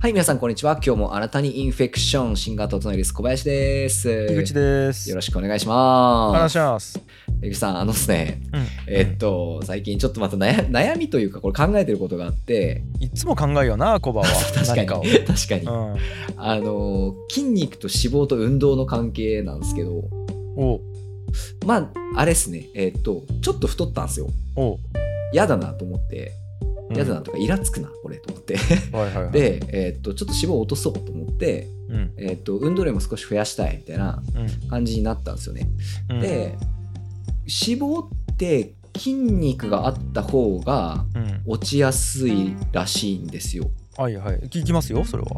はい、皆さん、こんにちは。今日もあなたにインフェクション、シンガーと整いです。小林です。井口です。よろししくお願いしくお願います。します。江口さん、あのですね、うんえっと、最近ちょっとまた悩悩みというか、これ考えてることがあって、いつも考えよな、コバは 確か何に、かを。確かに、うんあの、筋肉と脂肪と運動の関係なんですけど、おうまあ、あれですね、えっと、ちょっと太ったんですよ。おう。嫌だなと思って、うん嫌だなとか、イラつくな、これ、と思って。はいはいはい。で、えっと、ちょっと脂肪を落とそうと思って、うんえっと、運動量も少し増やしたい、みたいなうん感じになったんですよね。うんで脂肪って筋肉があった方がうん落ちやすいらしいんですよ。はいはい。聞きますよ、それは。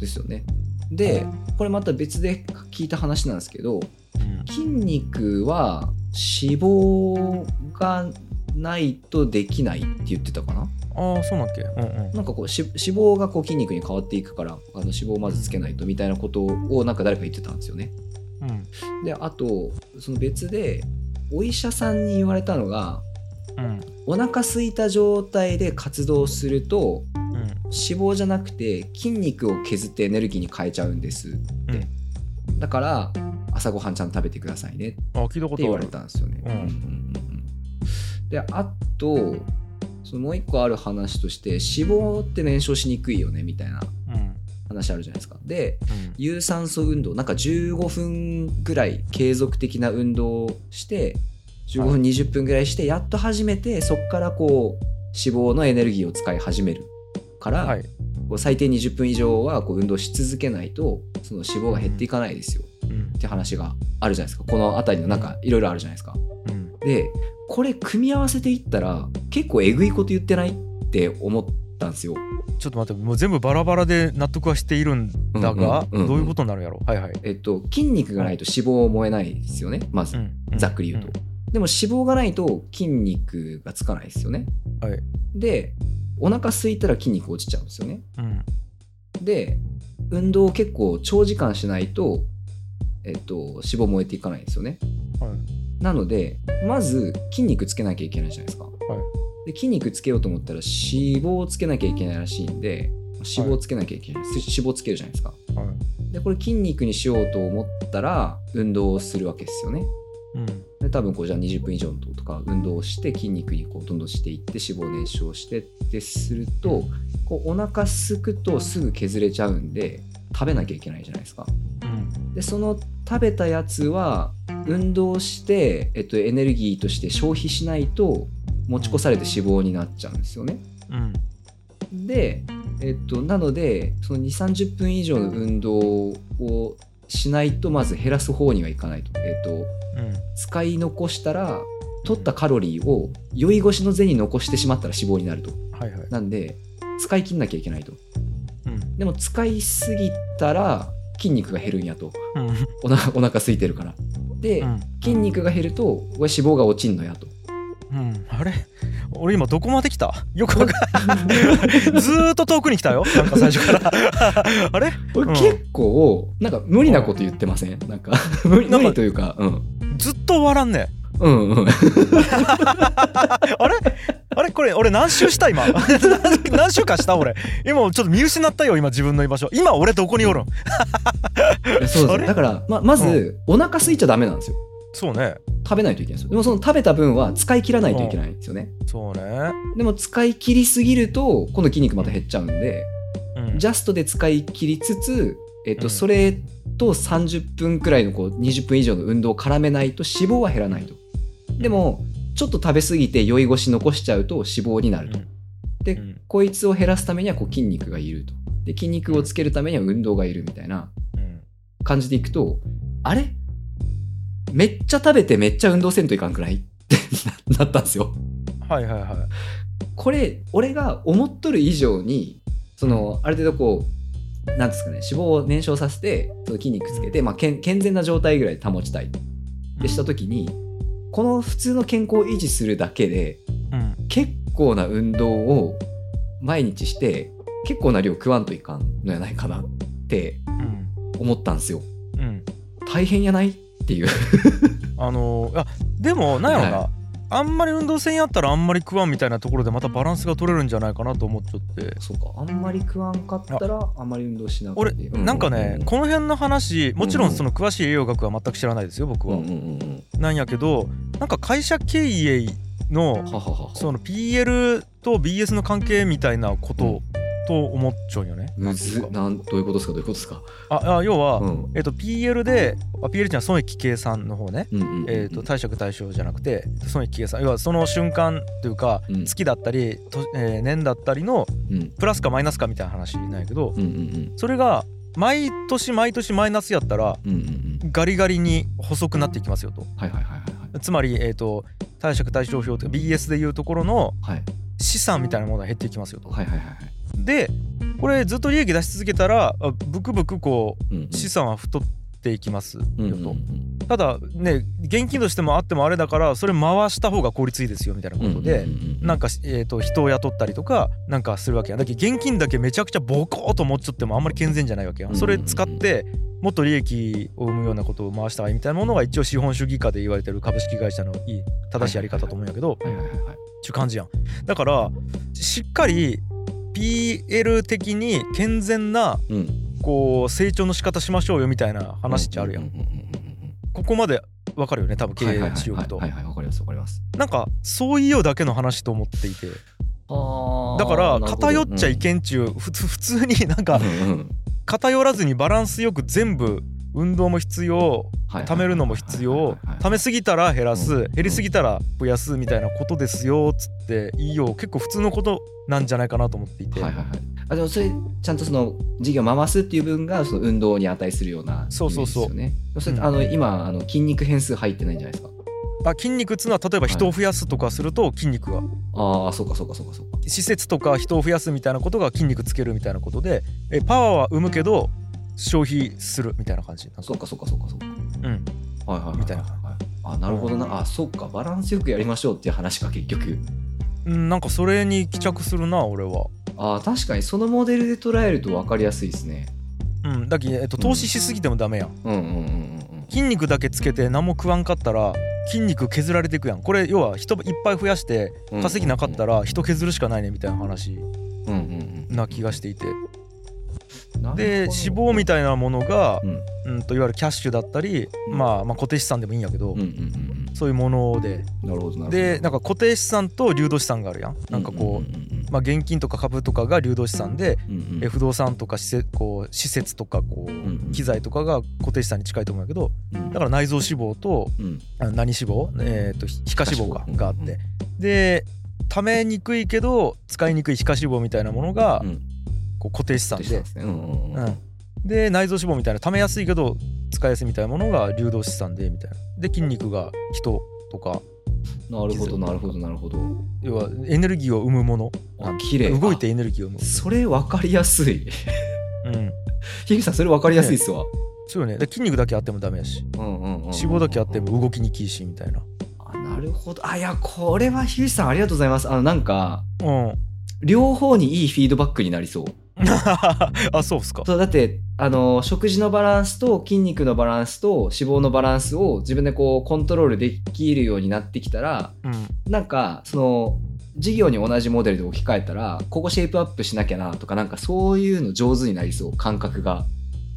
ですよね。でこれまた別で聞いた話なんですけどうん筋肉は脂肪がないとできないって言ってたかなああ、そうなんっけ。うんうん。なんかこうし脂肪がこう筋肉に変わっていくからあの脂肪をまずつけないとみたいなことをなんか誰か言ってたんですよね。うんであとその別でお医者さんに言われたのがうんお腹空すいた状態で活動するとうん脂肪じゃなくて筋肉を削ってエネルギーに変えちゃうんですって、だから朝ごはんちゃんと食べてくださいねってあ聞いたこと言わあれる。たんですよね。うんうんうんうんうんであとそのもう一個ある話として脂肪って燃焼しにくいよねみたいなうんうん話あるじゃないですか。で有酸素運動なんか15分ぐらい継続的な運動をして15は分20分ぐらいしてやっと始めてそこからこう脂肪のエネルギーを使い始めるから、はい。こう最低20分以上はこう運動し続けないとその脂肪が減っていかないですようんって話があるじゃないですかこの辺りのなんかいろいろあるじゃないですか。うんでこれ組み合わせていったら結構えぐいこと言ってないって思ったんですよ。ちょっと待って、もう全部バラバラで納得はしているんだが、うんうんうんうんどういうことになるやろはいはい。えっと、筋肉がないと脂肪を燃えないですよねまず。うんざっくり言うと。でも脂肪がないと筋肉がつかないですよね。はいでお腹空いたら筋肉落ちちゃうんですよね。うんで運動を結構長時間しないと、えっと、脂肪燃えていかないんですよね。うんはいなのでまず筋肉つけなきゃいけないじゃないですか。で筋肉つけようと思ったら脂肪をつけなきゃいけないらしいんで脂肪をつけなきゃいけない、脂肪つけるじゃないですか。はいでこれ筋肉にしようと思ったら運動をするわけですよね。うんで多分こうじゃあ20分以上のとか運動をして筋肉にこうどんどんしていって脂肪を燃焼してってするとこうお腹すくとすぐ削れちゃうんで食べなきゃいけないじゃないですか。うんでその食べたやつは運動して、えっと、エネルギーとして消費しないと持ち越されて脂肪になっちゃうんですよね。うんで、えっと、なのでその2 3 0分以上の運動をしないとまず減らす方にはいかないと。えっとうん使い残したら取ったカロリーを酔い越しの銭残してしまったら脂肪になるとはいはい。なんで使い切んなきゃいけないとうんでも使いすぎたら筋肉が減るんやとうんおな お腹空いてるからで、うん筋肉が減るとこれ脂肪が落ちんのや とうん、あれ俺今どこまで来たよくわかんない ずーっと遠くに来たよなんか最初から あれこれ結構なんか無理なこと言ってませんなんか無理なんか無理というかうんずっと終わらん ねうんうんあれあれこれ俺何周した今 何周かした俺今ちょっと見失ったよ今自分の居場所今俺どこにおるん そうあですれだからままず、お腹空いちゃダメなんですよそうね食べないといけないんですよでもその食べた分は使い切らないといけないんですよね、そうねでも使い切りすぎると今度筋肉また減っちゃうんで、うんジャストで使い切りつつ、えっとうんそれと30分くらいのこう20分以上の運動を絡めないと脂肪は減らないとでもちょっと食べ過ぎて酔い腰残しちゃうと脂肪になうるんと、うでんこいつを減らすためにはこう筋肉がいるとで筋肉をつけるためには運動がいるみたいなうん感じでいくとあれめっちゃ食べてめっちゃ運動せんといかんくないってななったんですよはいはいはいこれ俺が思っとる以上にそのある程度こうなんですかね脂肪を燃焼させてその筋肉つけて、まあ、健健全な状態ぐらい保ちたいってした時にこの普通の健康を維持するだけでうん結構な運動を毎日して結構な量食わんといかんのやないかなってうん思ったんですようん大変やないっていうあのーあでもなんやろな、はあんまり運動せんやったらあんまり食わんみたいなところでまたバランスが取れるんじゃないかなと思っちゃって そうかあんまり食わんかったらあんまり運動しなくて俺うなんかねこの辺の話もちろんその詳しい栄養学は全く知らないですよ僕うんはうん。うんなんやけどなんか会社経営のははははその PL と BS の関係みたいなことと思っちゃうんよね。むていずうかなんどういうことですかどういうことですかああ要は、うんえっと PL であ PL じゃない損益計算の方ね。うんうんうんえー、と貸借対象じゃなくて損益計算要はその瞬間というかうん月だったり、とえー年だったりのうんプラスかマイナスかみたいな話なんやけどうんうんそれが毎年毎年マイナスやったらうんうんうんガリガリに細くなっていきますよとはいはいはいはいつまり、えー、と貸借対照表というか BS でいうところのはいはい資産みたいなものが減っていきますよと。はいはいはいはいでこれずっと利益出し続けたらあブクブクこうんうんう資産は太っていきますようんうんうんと。ただね現金としてもあってもあれだからそれ回した方が効率いいですよみたいなことうで。んうんうんうんなんか、えー、と人を雇ったりとかなんかするわけやんだけど現金だけめちゃくちゃボコーと持っちゃってもあんまり健全じゃないわけやんそれ使ってもっと利益を生むようなことを回した方がいいみたいなものが一応資本主義下で言われてる株式会社のいい正しいやり方と思うんやけどっはいはいはいはいていう感じやんだからしっかり PL 的に健全なうんこう成長の仕方しましょうよみたいな話ってあるやんうううううんここまでわかるよね多分経はいはい営はい治療とはいはいわかりますわかりますなんかそういうよだけの話と思っていてあーだからなるほど偏っちゃいうんけんちゅう普通普通になんかうんうん偏らずにバランスよく全部運動も必要はい貯めるのも必要貯めすぎたら減らうすん減りすぎたら増やすみたいなことですよつっていいよ結構普通のことなんじゃないかなと思っていてはいはいはいあでもそれちゃんとその事業回すっていう部分がその運動に値するようなそうそうそうイメージですよねそれうんあの今あの筋肉変数入ってないんじゃないですかあ筋肉っつうのは例えば人を増やすとかすると筋肉がああそうかそうかそうかそうか施設とか人を増やすみたいなことが筋肉つけるみたいなことでえパワーは生むけど消費するみたいな感じなんかそうかそうかそうかそうかうんはいはいはみたいなあなるほどな、あそうかバランスよくやりましょうっていう話か結局うんなんかそれに帰着するな俺は。あー確かにそのモデルで捉えると分かりやすいですねうん、だけど、えっと、うん投資しすぎてもダメやんうんうんうんうん筋肉だけつけて何も食わんかったら筋肉削られていくやんこれ要は人いっぱい増やしてうん稼ぎなかったら人削るしかないねみたいな話うんうんな気がしていてうんで脂肪みたたいなものがい、なうんうん、といわゆるキャッシュだったり、うんまあ、まあ固定資産でもいいんやけど、うんうんうんそういうものでうんなるほどなるほどでなんか固定資産と流動資産があるやんなんかこうんうんう、まあ、現金とか株とかが流動資産で、うんうんうんえ不動産とか施設こう施設とかこんうんう機材とかが固定資産に近いと思うんやけどうんだから内臓脂肪とうんあの何脂肪えっ、と皮皮下脂肪か皮下脂肪があってでためにくいけど使いにくい皮下脂肪みたいなものがうんこう固定資産で、ね。うんうんううんん、で内臓脂肪みたいなためやすいけど使いやすいみたいなものが流動資産でみたいなで筋肉が人とかなるほど、なるほど、なるほど。要はエネルギーを生むものあ、綺麗。動いてエネルギーを生あ。それ分かりやすい。む、うん、ひぐさん、それ分かりやすいっすわ。そうよねで筋肉だけあってもダメやしうんうんうんうん脂肪だけあっても動きにきいしみたいなあなるほど。あ、いや、これはひぐさん、ありがとうございます。あの、なんか、うん 両方にいいフィードバックになりそう。あそうっすかそうだってあの食事のバランスと筋肉のバランスと脂肪のバランスを自分でこうコントロールできるようになってきたらうんなんかその事業に同じモデルで置き換えたらここシェイプアップしなきゃなとかなんかそういうの上手になりそう感覚が、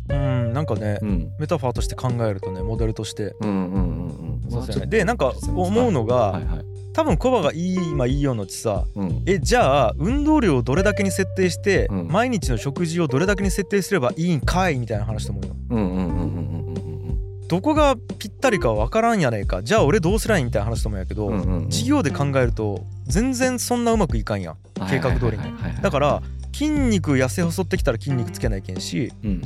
うんなんかねうん、メタファーとして考えるとねモデルとしてうんうんうんうん。そうですよねでなんか思うのが、はいはい。多分コバがいい今いいよのうちさうん。えじゃあ運動量をどれだけに設定して、うん毎日の食事をどれだけに設定すればいいんかいみたいな話と思うようんうんうんうんうんうんどこがぴったりかわからんやねえかじゃあ俺どうすりゃいいみたいな話と思うんやけど、うんうんうん。事業で考えると全然そんなうまくいかんやん計画通りにはいはいはいはいだから筋肉痩せ細ってきたら筋肉つけないけんしうんうんうん脂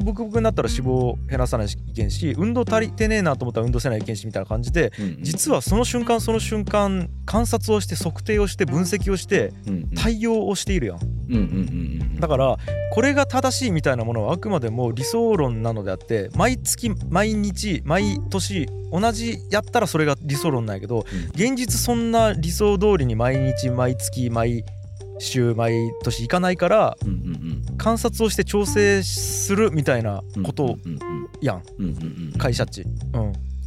肪ブクブクになったら脂肪を減らさないけんし運動足りてねえなと思ったら運動せないけんしみたいな感じでうんうん実はその瞬間その瞬間観察をして測定をして分析をしてうんうん対応をしているやんうんうんうんうんだからこれが正しいみたいなものはあくまでも理想論なのであって毎月毎日毎年同じやったらそれが理想論なんやけどうん現実そんな理想通りに毎日毎月毎週毎年いかないからうんうんうん観察をして調整するみたいなうんことうんうんやんうんうんうん会社っち、うん、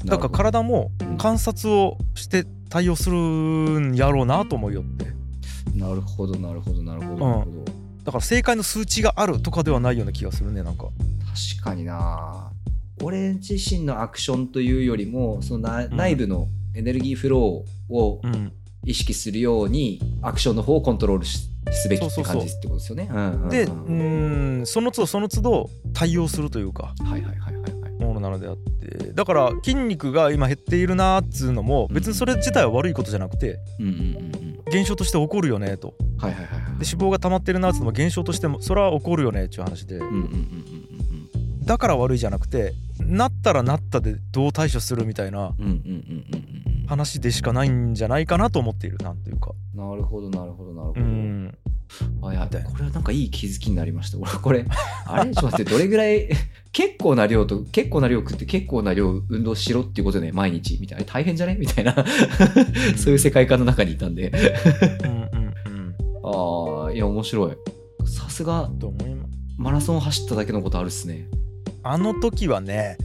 なるだからほど体もうん観察をして対応するんやろうなと思うよってなるほどなるほどなるほどなるほど、だから正解の数値があるとかではないような気がするねなんか確かにな俺自身のアクションというよりもそのな内部のエネルギーフローをうん意識するようにアクションの方をコントロールしすべきってそうそうそう感じってことですよね。うんうんうんでうんその都度その都度対応するというかはいはいはいはいはい。ものなのであってだから筋肉が今減っているなーっつうのも別にそれ自体は悪いことじゃなくてうんうんうんうん。現象として起こるよねとはいはいはいはい。で脂肪が溜まってるなーっつうのも現象としてもそれは起こるよねっていう話でうんうんうんうんだから悪いじゃなくてなったらなったでどう対処するみたいなうんうんうんうんうんうんうん話でしかないんじゃないかなと思っているなんというかなるほどなるほどなるほうど。んあいやみたいなこれはなんかいい気づきになりました。 俺これあれちょっと待ってどれぐらい 結構な量と結構な量食って結構な量運動しろっていうことね毎日みたいなあれ大変じゃねみたいなそういう世界観の中にいたんでうんうんうんああいや面白い。さすがと思いますマラソン走っただけのことあるっすね。あの時 はね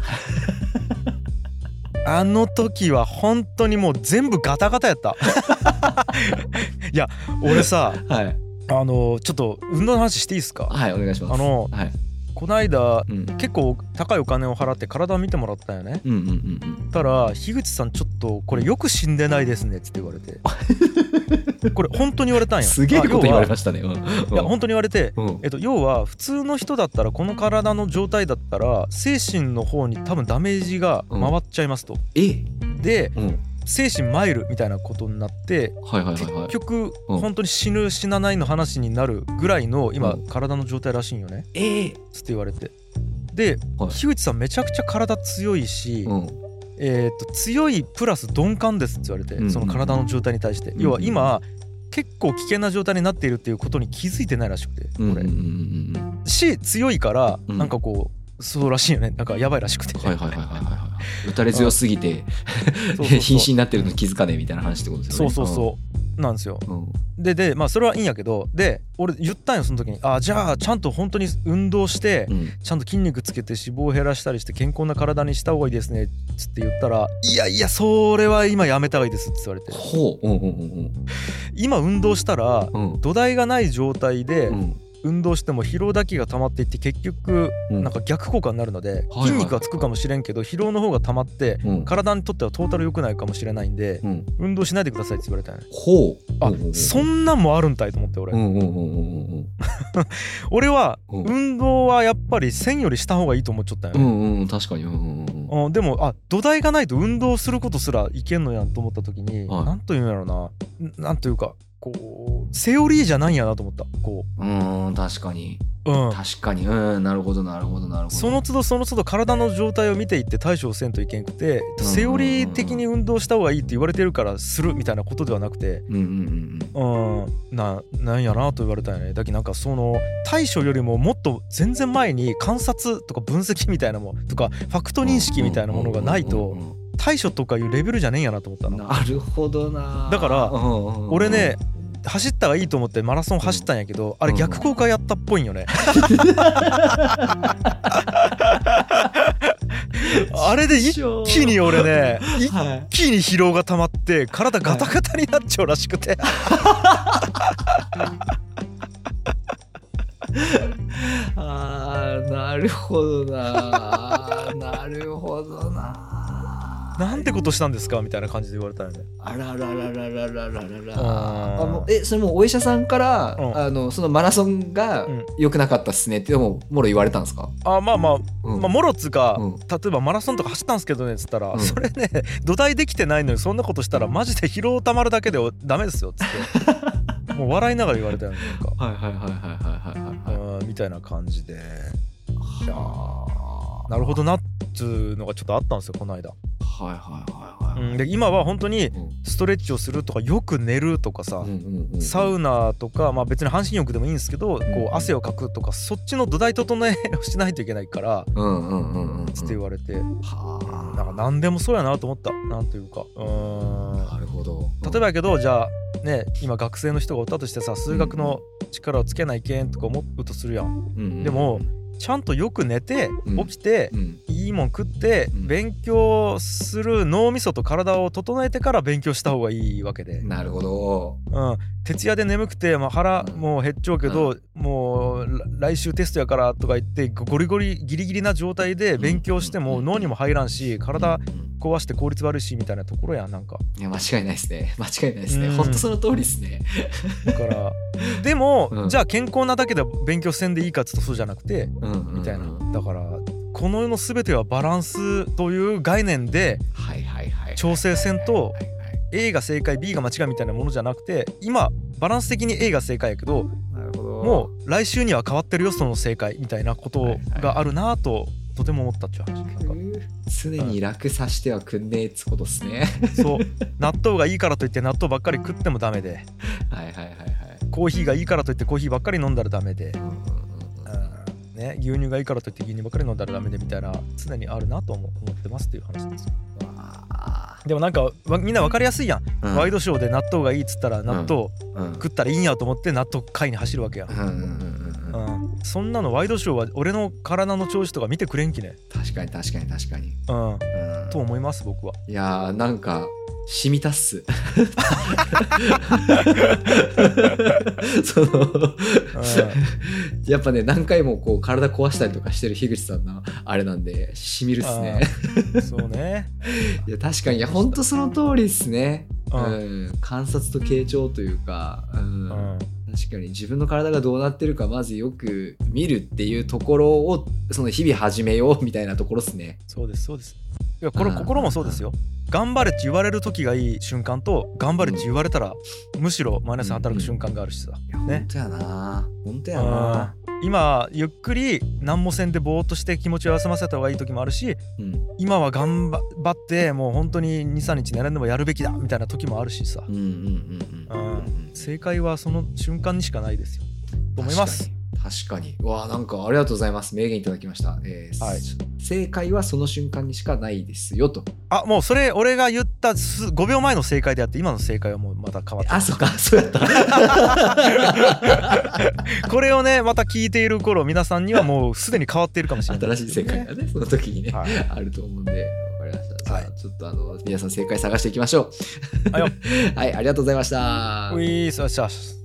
あの時は本当にもう全部ガタガタやった いや俺さはいあのちょっと運動の話していいですかはいお願いします。あのはい。こないだうん結構高いお金を払って体見てもらったよねうんうんうんうん。たら「樋口さんちょっとこれよく死んでないですね」っつって言われてこれ本当に言われたんやすげえこと言われまししたね。うん。いや本当に言われてうん。えっと、要は普通の人だったらこの体の状態だったら精神の方に多分ダメージが回っちゃいますと。えでうん。精神マイルみたいなことになってはいはいはい結はい。局うん本当に死ぬ死なないの話になるぐらいの今うん体の状態らしいんよねえー、つって言われて。ではい樋口さんめちゃくちゃ体強いし、うん。えー、と強いプラス鈍感ですって言われて、うんその体の状態に対して、うん要は今結構危険な状態になっているっていうことに気づいてないらしくて、うんうんこうんれうんうん。し強いからうんなんかこう、そうらしいよねなんかやばいらしくて、はいはいはいはいはいはい。打たれ強すぎてそうそうそ う瀕死になってるの気づかねえみたいな話ってことですそようね。そうそうなんですようん。うん。ででまあそれはいいんやけどで俺言ったんよその時にあじゃあちゃんと本当に運動してうん。ちゃんと筋肉つけて脂肪を減らしたりして健康な体にした方がいいですねっつって言ったら「いやいやそれは今やめた方がいいです」って言われてほう。うんうんうん今運動したらうん。うん。土台がない状態でうん運動しても疲労だけが溜まっていって結局うんなんか逆効果になるのではいはい筋肉がつくかもしれんけど疲労の方が溜まってうん。体にとってはトータル良くないかもしれないんでうん。運動しないでくださいって言われたんやほう。あうんうんうんそんなんもあるんたいと思ってう俺んうんうんうんうん。俺はうん運動はやっぱり線よりした方がいいと思っちゃったようねんうんうん。確かに。うんうんうんうん。うんでもあ土台がないと運動することすらいけんのやんと思った時にはいなんというんやろなんなんというかこうセオリーじゃないんやなと思ったこうーん確かにううん確かにうんなるほどなるほどなるほどその都度その都度体の状態を見ていって対処をせんといけんくてうんセオリー的に運動した方がいいって言われてるからするみたいなことではなくて。うんうんうんうん、ななんやなと言われたよねだけどなんかその対処よりももっと全然前に観察とか分析みたいなもんとかファクトうん認識みたいなものがないとうんうんうんうん対処とかいうレベルじゃねえんやなと思ったななるほどなだからうんうんうん俺ね走ったらいいと思ってマラソン走ったんやけどあれ逆効果やったっぽいんよね あれで一気に俺ね一はい気に疲労が溜まって体ガタガタになっちゃうらしくてあーなるほどな なるほどななんてことしたんですかみたいな感じで言われたよねあららららららららあらーあもうえそれもうお医者さんから、うんあのそのマラソンがうん良くなかったっすねってでももろ言われたんですか、あまあまあうんまあ、もろっつうか、うん例えばマラソンとか走ったんすけどねっつったら、うんそれね土台できてないのにそんなことしたらマジで疲労たまるだけでおダメですよっつって もう笑いながら言われたよねなんか、はいはいはいはいはいはいはいうんみたいな感じでいやーはなるほどなっつうのがちょっとあったんですよこの間、いはいはいはうい、ん、で今は本当にうんストレッチをするとかよく寝るとかさ、うんうんうんサウナとか、まあ、別に半身浴でもいいんですけど、こう汗をかくとかそっちの土台整えをしないといけないからうんうんうんうんうんつって言われて、はなんか何でもそうやなと思ったなんというかうーんあなるほど例えばやけどじゃあね今学生の人がおったとしてさ数学の力をつけないけんとか思うとするやんうんうんでもちゃんとよく寝てうん起きて、うんいいもん食って、うん勉強する脳みそと体を整えてから勉強した方がいいわけで、なるほど。うん、徹夜で眠くて、まあ、腹うんもう減っちゃうけど、もうら来週テストやからとか言ってゴリゴリギリギリな状態で勉強してもうん脳にも入らんしう体んうん壊して効率悪いしみたいなところやんなんかいや間違いないですね。 間違いないですね。うん本当その通りですね。だから でも、うんじゃあ健康なだけで勉強せんでいいかっつうとそうじゃなくてみみたいな、はだからこの世の全てはバランスという概念でいはいはい。調整せんはといはい A が正解 B が間違いみたいなものじゃなくて今バランス的に A が正解やけどなるほど。もう来週には変わってるよその正解みたいなことがあるなぁととても思ったっちゅう話なんか常に楽さしてはくんねえっつことですね。 そう納豆がいいからといって納豆ばっかり食ってもダメではいはいはいはい。コーヒーがいいからといってコーヒーばっかり飲んだらダメで、うんうんうんうんうんね、牛乳がいいからといって牛乳ばっかり飲んだらダメでみたいな常にあるなと思思ってますっていう話ですわでもなんかわみんな分かりやすいやん、あうんワイドショーで納豆がいいっつったら納豆うん食ったらいいんやと思って納豆買いに走るわけやんうんうんうんうんうん、そんなのワイドショーは俺の体の調子とか見てくれんきね、確かに確かに確かに。うん、うんと思います僕はいやーなんか染みたっす そのやっぱね何回もこう体壊したりとかしてる樋口さんのあれなんで染みるっすねうんそうね、 いや確かにいやほんとその通りっすね、ううんん、観察と傾聴というか、うんうん確かに自分の体がどうなってるかまずよく見るっていうところをその日々始めようみたいなところっすねそうですそうですいやこれうん心もそうですよ頑張れって言われる時がいい瞬間と頑張れって言われたら、むしろマイナスに働く瞬間があるしさ、いやねほんとやなほんとやあなー今ゆっくり何もせんでぼーっとして気持ちを休ませた方がいい時もあるしうん今は頑張張ってもう本当に23日並んでもやるべきだみたいな時もあるしさ、うんうんうんうんうんうん正解はその瞬間にしかないですよ。と思います。確かに。確かにうわあなんかありがとうございます。名言いただきました。えーはい正解はその瞬間にしかないですよと。あもうそれ俺が言ったす5秒前の正解であって今の正解はもうまた 変わっあ、そうか、そうやった。たこれをねまた聞いている頃皆さんにはもうすでに変わっているかもしれない新しい正解がね、その時にね、はいあると思うんで、わかりました。はいじゃあちょっとあの、皆さん正解探していきましょう。 はいよはい、ありがとうございました。ういーそうそうそう